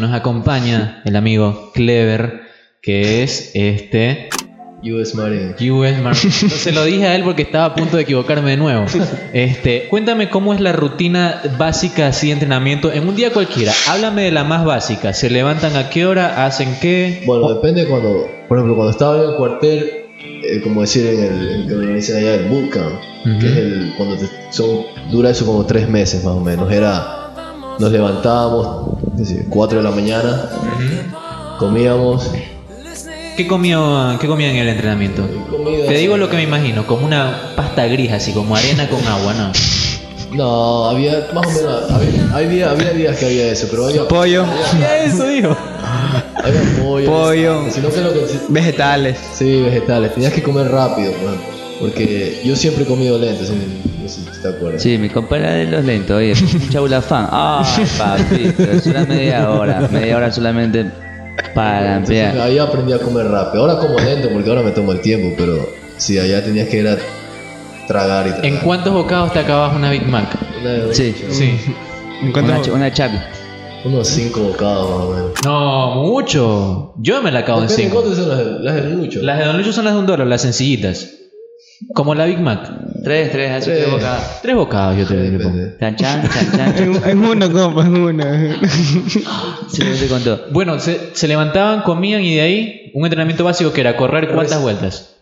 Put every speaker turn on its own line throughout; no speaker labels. nos acompaña el amigo Clever, que es este.
US Marine.
US Mar- No se lo dije a él porque estaba a punto de equivocarme de nuevo. Este, cuéntame cómo es la rutina básica así de entrenamiento en un día cualquiera. Háblame de la más básica. ¿Se levantan a qué hora? ¿Hacen qué?
Bueno, depende cuando, por ejemplo, cuando estaba en el cuartel, eh, como decir en el en que organizan allá el bootcamp,
Ujú.
que es el cuando te- son dura eso como tres meses más o menos. Era nos levantábamos, es decir, 4 de la mañana, comíamos,
¿Qué comía, qué comía en el entrenamiento?
comida.
Te digo lo que me imagino, como una pasta gris, así como arena con agua, ¿no?
No, había más o menos, había, había, había días que había eso, pero había,
Pollo,
Eso dijo.
había pollo,
Pollo.
sino que lo que
vegetales.
Sí, vegetales. Tenías que comer rápido, por ejemplo. Porque yo siempre he comido lento, si- no sé si te acuerdas.
Sí, mi compadre de los lentos, oye, un chaulafán. Ay, papito, es una media hora, media hora solamente para
Entonces,
ampliar.
ahí aprendí a comer rápido. Ahora como lento porque ahora me tomo el tiempo, pero sí, allá tenías que ir a tragar y tragar.
¿En cuántos bocados te acabas una Big Mac?
Una-
Sí,
Sí.
¿En
una,
cuánto?
cha- una chapla.
Unos cinco bocados más o menos.
No, mucho. Yo me la acabo en
Depende de
cinco.
¿Cuántas son las, de- las del mucho?
Las de Don Lucho son las de un dólar, las sencillitas. Como la Big Mac.
Tres, tres, así
Tres.
tres bocadas.
Tres bocados yo te le pongo.
Depende.
Chan, chan, chan, chan, chan.
En, en uno, compa, en uno.
Simplemente con todo.
Bueno, se, se levantaban, comían y de ahí un entrenamiento básico que era correr cuántas vueltas.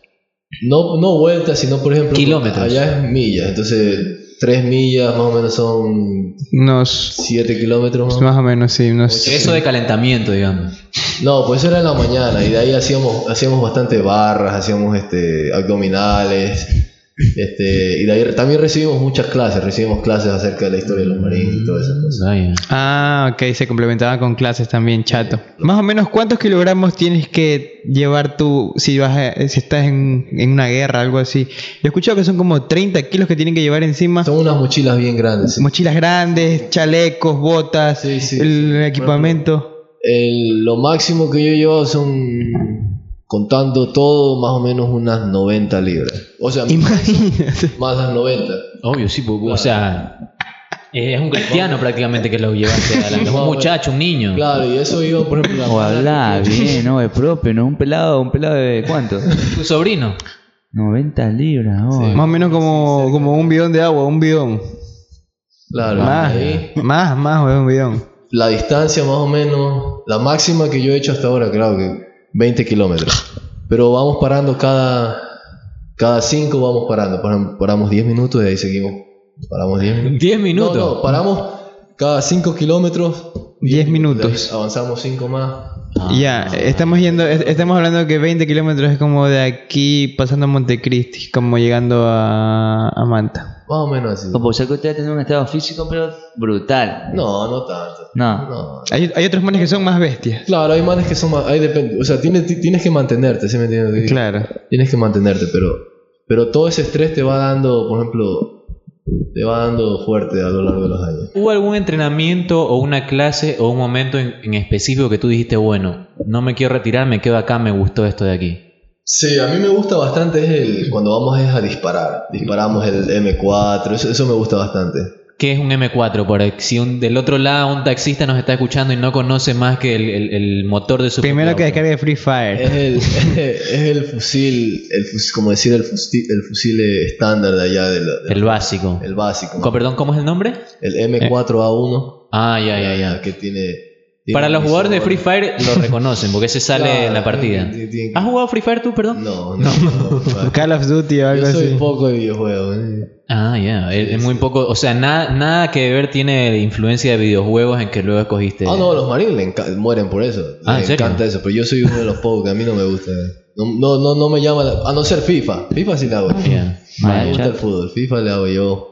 No, no vueltas, sino por ejemplo...
Kilómetros.
Allá es millas, entonces tres millas más o menos son
Nos.
siete kilómetros más o
Más o menos, sí. Nos,
Eso de calentamiento, digamos.
No, pues eso era en la mañana y de ahí hacíamos, hacíamos bastante barras, hacíamos este, abdominales. Este, y de ahí re- también recibimos muchas clases, recibimos clases acerca de la historia de los marines y pues. todas esas cosas.
Vaya.
Ah, ok, se complementaba con clases también, chato. Más o menos, ¿cuántos kilogramos tienes que llevar tú si vas a- si estás en, en una guerra, algo así? Yo he escuchado que son como 30 kilos que tienen que llevar encima.
Son unas mochilas bien grandes. sí.
Mochilas grandes, chalecos, botas,
Sí, sí,
el equipamiento.
El- lo máximo que yo he llevado son, contando todo, más o menos unas 90 libras. O sea,
Imagínate.
más las 90.
Obvio, sí, porque, o sea, es un cristiano prácticamente que lo llevaste adelante. Un muchacho, un niño.
Claro, y eso iba, por ejemplo,
O
la,
habla bien, no, es propio, no, un pelado, un pelado de cuánto?
Tu sobrino.
90 libras, oh.
Más o menos como, como un bidón de agua, un bidón.
claro,
más,
ahí.
más, más, weón, un bidón.
la distancia más o menos, la máxima que yo he hecho hasta ahora, claro que 20 kilómetros. Pero vamos parando cada cada 5 vamos parando, Param- paramos 10 minutos y de ahí seguimos. Paramos 10 minutos.
10 minutos.
No, no, paramos cada 5 kilómetros,
10
de ahí
minutos.
avanzamos 5 más.
Ya, estamos yendo, es- estamos hablando que 20 kilómetros es como de aquí pasando a Montecristi, como llegando a, a Manta.
Más o menos así.
Como, o sea pues que ustedes tienen un estado físico, pero brutal.
No, no tanto.
No.
No.
Hay, hay otros manes que son más bestias.
Claro, hay manes que son más, hay depende, o sea, tienes, ti- tienes que mantenerte, ¿sí me entiendes?
Claro.
tienes que mantenerte, pero, pero todo ese estrés te va dando, por ejemplo, te va dando fuerte a lo largo de los años.
¿Hubo algún entrenamiento o una clase o un momento en, en específico que tú dijiste, bueno, no me quiero retirar, me quedo acá, me gustó esto de aquí?
Sí, a mí me gusta bastante es el, cuando vamos es a disparar. Disparamos el M4, eso, eso me gusta bastante.
¿Qué es un M4? Por ahí? si un- del otro lado un taxista nos está escuchando y no conoce más que el, el- el motor de su
Primero que
propio auto.
descargue Free Fire.
Es el, es el fusil, el fus- como decir, el fusil, el fusil eh, estándar de allá, del, del-
El básico.
el básico.
Co-
¿no?
Perdón, ¿cómo es el nombre?
El M4A1.
Ah, ya, ya, ya.
Que tiene... tiene
Para los
un
jugadores de
visor.
Free Fire lo reconocen porque se sale
Claro,
en la partida.
tiene- tiene-
¿Has jugado Free Fire tú, perdón?
No, no. no, no.
Call of Duty o algo
Eh, Yo soy
así.
poco de videojuegos. eh.
Ah, ya. Es, es muy poco. O sea, nada, nada que ver tiene de influencia de videojuegos en que luego escogiste.
Ah, no, los marines le enca- mueren por eso.
Ah, ¿en
les
serio?
encanta eso, pero yo soy uno de los pocos que a mí no me gusta. No, no, no, no me llama la- A no ser FIFA. FIFA sí la hago.
Ya.
Me gusta el fútbol. FIFA la hago yo.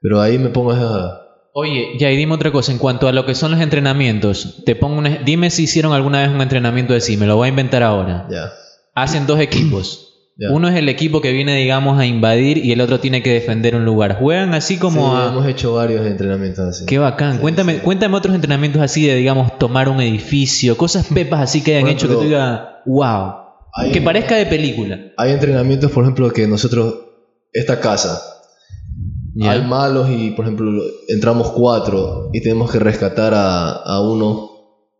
Pero ahí me pongo a...
Oye, ya, y dime otra cosa. En cuanto a lo que son los entrenamientos, te pongo un ej- dime si hicieron alguna vez un entrenamiento así. Me lo voy a inventar ahora.
Ya.
Hacen dos equipos.
Ya.
Uno es el equipo que viene, digamos, a invadir y el otro tiene que defender un lugar. Juegan así como
Sí,
a.
Hemos hecho varios entrenamientos así.
Qué bacán. cuéntame, cuéntame otros entrenamientos así de, digamos, tomar un edificio, cosas pepas así que hayan
Por
hecho que tú
ejemplo,
digas, wow.
hay-
Que parezca de película.
Hay entrenamientos, por ejemplo, que nosotros... Esta casa.
Ya.
Hay malos y, por ejemplo, entramos cuatro y tenemos que rescatar a, a uno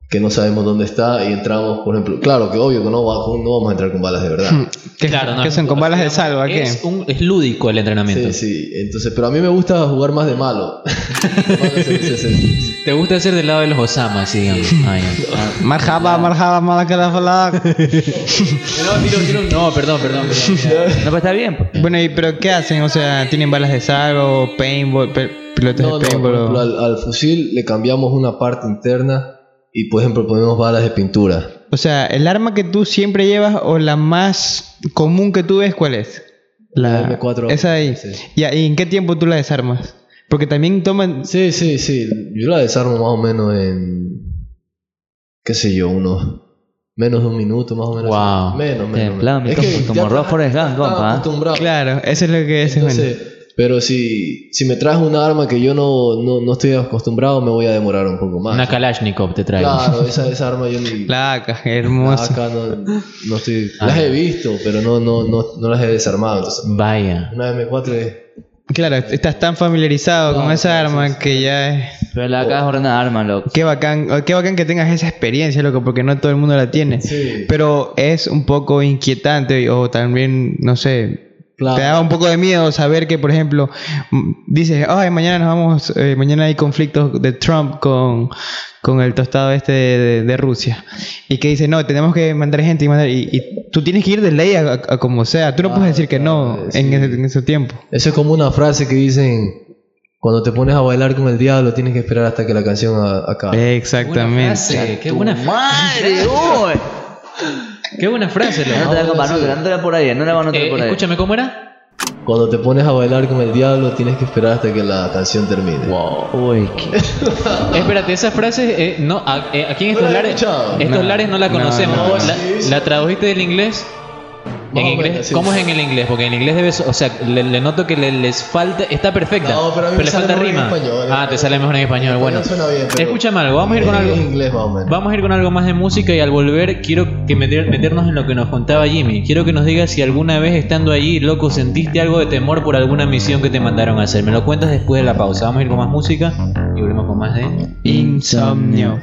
que no sabemos dónde está y entramos, por ejemplo, claro que obvio que no, va- no vamos a entrar con balas de verdad.
¿Qué,
Claro, no,
qué son? ¿Con balas de salva? ¿Qué?
Es, un- es lúdico el entrenamiento.
Sí, sí, entonces, pero a mí me gusta jugar más de malo. Más de ese- ese sentido.
Te gusta ser del lado de los Osamas, digamos. Ah, ya.
Marjaba, marjaba, malacalafala.
No, tiro, tiro. No, perdón, perdón. perdón.
No, pero está bien. pues.
Bueno, ¿y pero qué hacen? O sea, ¿tienen balas de salvo, paintball, pe- pilotos
No, no,
de
por
paintball? o-
ejemplo, al, al fusil le cambiamos una parte interna y, por ejemplo, ponemos balas de pintura.
O sea, ¿el arma que tú siempre llevas o la más común que tú ves, cuál es?
La M4.
Esa de ahí.
Sí.
Ya, ¿Y en qué tiempo tú la desarmas? Porque también toman...
Sí, sí, sí, yo la desarmo más o menos en, qué sé yo, unos... Menos de un minuto, más o menos.
Wow.
Menos, menos.
En plan,
menos.
como- como
ya
Rob
estás-
Forrest Gump,
estás
compa, ¿eh?
acostumbrado.
Claro, eso es lo que es. bueno.
Entonces, pero si, si me traes un arma que yo no, no, no estoy acostumbrado, me voy a demorar un poco más.
Una Kalashnikov te traigo.
Claro, esa, esa arma yo ni,
La AK, hermosa.
Ah, acá no, no estoy.
Ah,
Las he visto, pero no, no, no, no las he desarmado. Entonces,
Vaya.
una M4 es.
Claro, estás tan familiarizado con esa arma que ya es...
Pero la caja es horrenda arma, loco.
Qué bacán, oh, qué bacán que tengas esa experiencia, loco, porque no todo el mundo la tiene.
Sí.
Pero es un poco inquietante o también, no sé,
Claro.
te da un poco de miedo saber que, por ejemplo, m- dices, ay, mañana nos vamos, eh, mañana hay conflictos de Trump con, con el tostado este de, de- de Rusia. Y que dice, no, tenemos que mandar gente y mandar... Y, y tú tienes que ir de ley a, a como sea, tú no puedes decir que no en, ese, en ese tiempo.
Eso es como una frase que dicen: Cuando te pones a bailar con el diablo, tienes que esperar hasta que la canción a- acabe.
Exactamente.
Qué buena frase.
¡Madre, uy!
Qué buena frase,
No
loco.
te la compa, no, no te la por ahí, no la van a
Eh,
notar por ahí.
escúchame, ¿cómo era?
Cuando te pones a bailar con el diablo, tienes que esperar hasta que la canción termine.
Uy, qué-
Espérate, esa frase, eh, no, a- eh, aquí en
No
estos
la he
lares,
escuchado.
estos lares no la
No,
conocemos.
no,
la,
no.
la tradujiste del inglés?
Más
En
o
inglés,
menos, sí.
¿Cómo es en el inglés? Porque en inglés debe, o sea, le, le noto que le- les falta, está perfecta,
No, pero a mí me
le
sale
falta
mejor en
rima.
español.
ah, te sale mejor en español,
En
bueno.
español suena bien, pero-
Escúchame algo, vamos a ir con
En
algo.
inglés, Eh, más o menos.
Vamos a ir con algo más de música y al volver quiero que meter- meternos en lo que nos contaba Jimmy. Quiero que nos digas si alguna vez estando allí, loco, sentiste algo de temor por alguna misión que te mandaron a hacer. Me lo cuentas después de la pausa. Vamos a ir con más música y volvemos con más de...
Insomnio.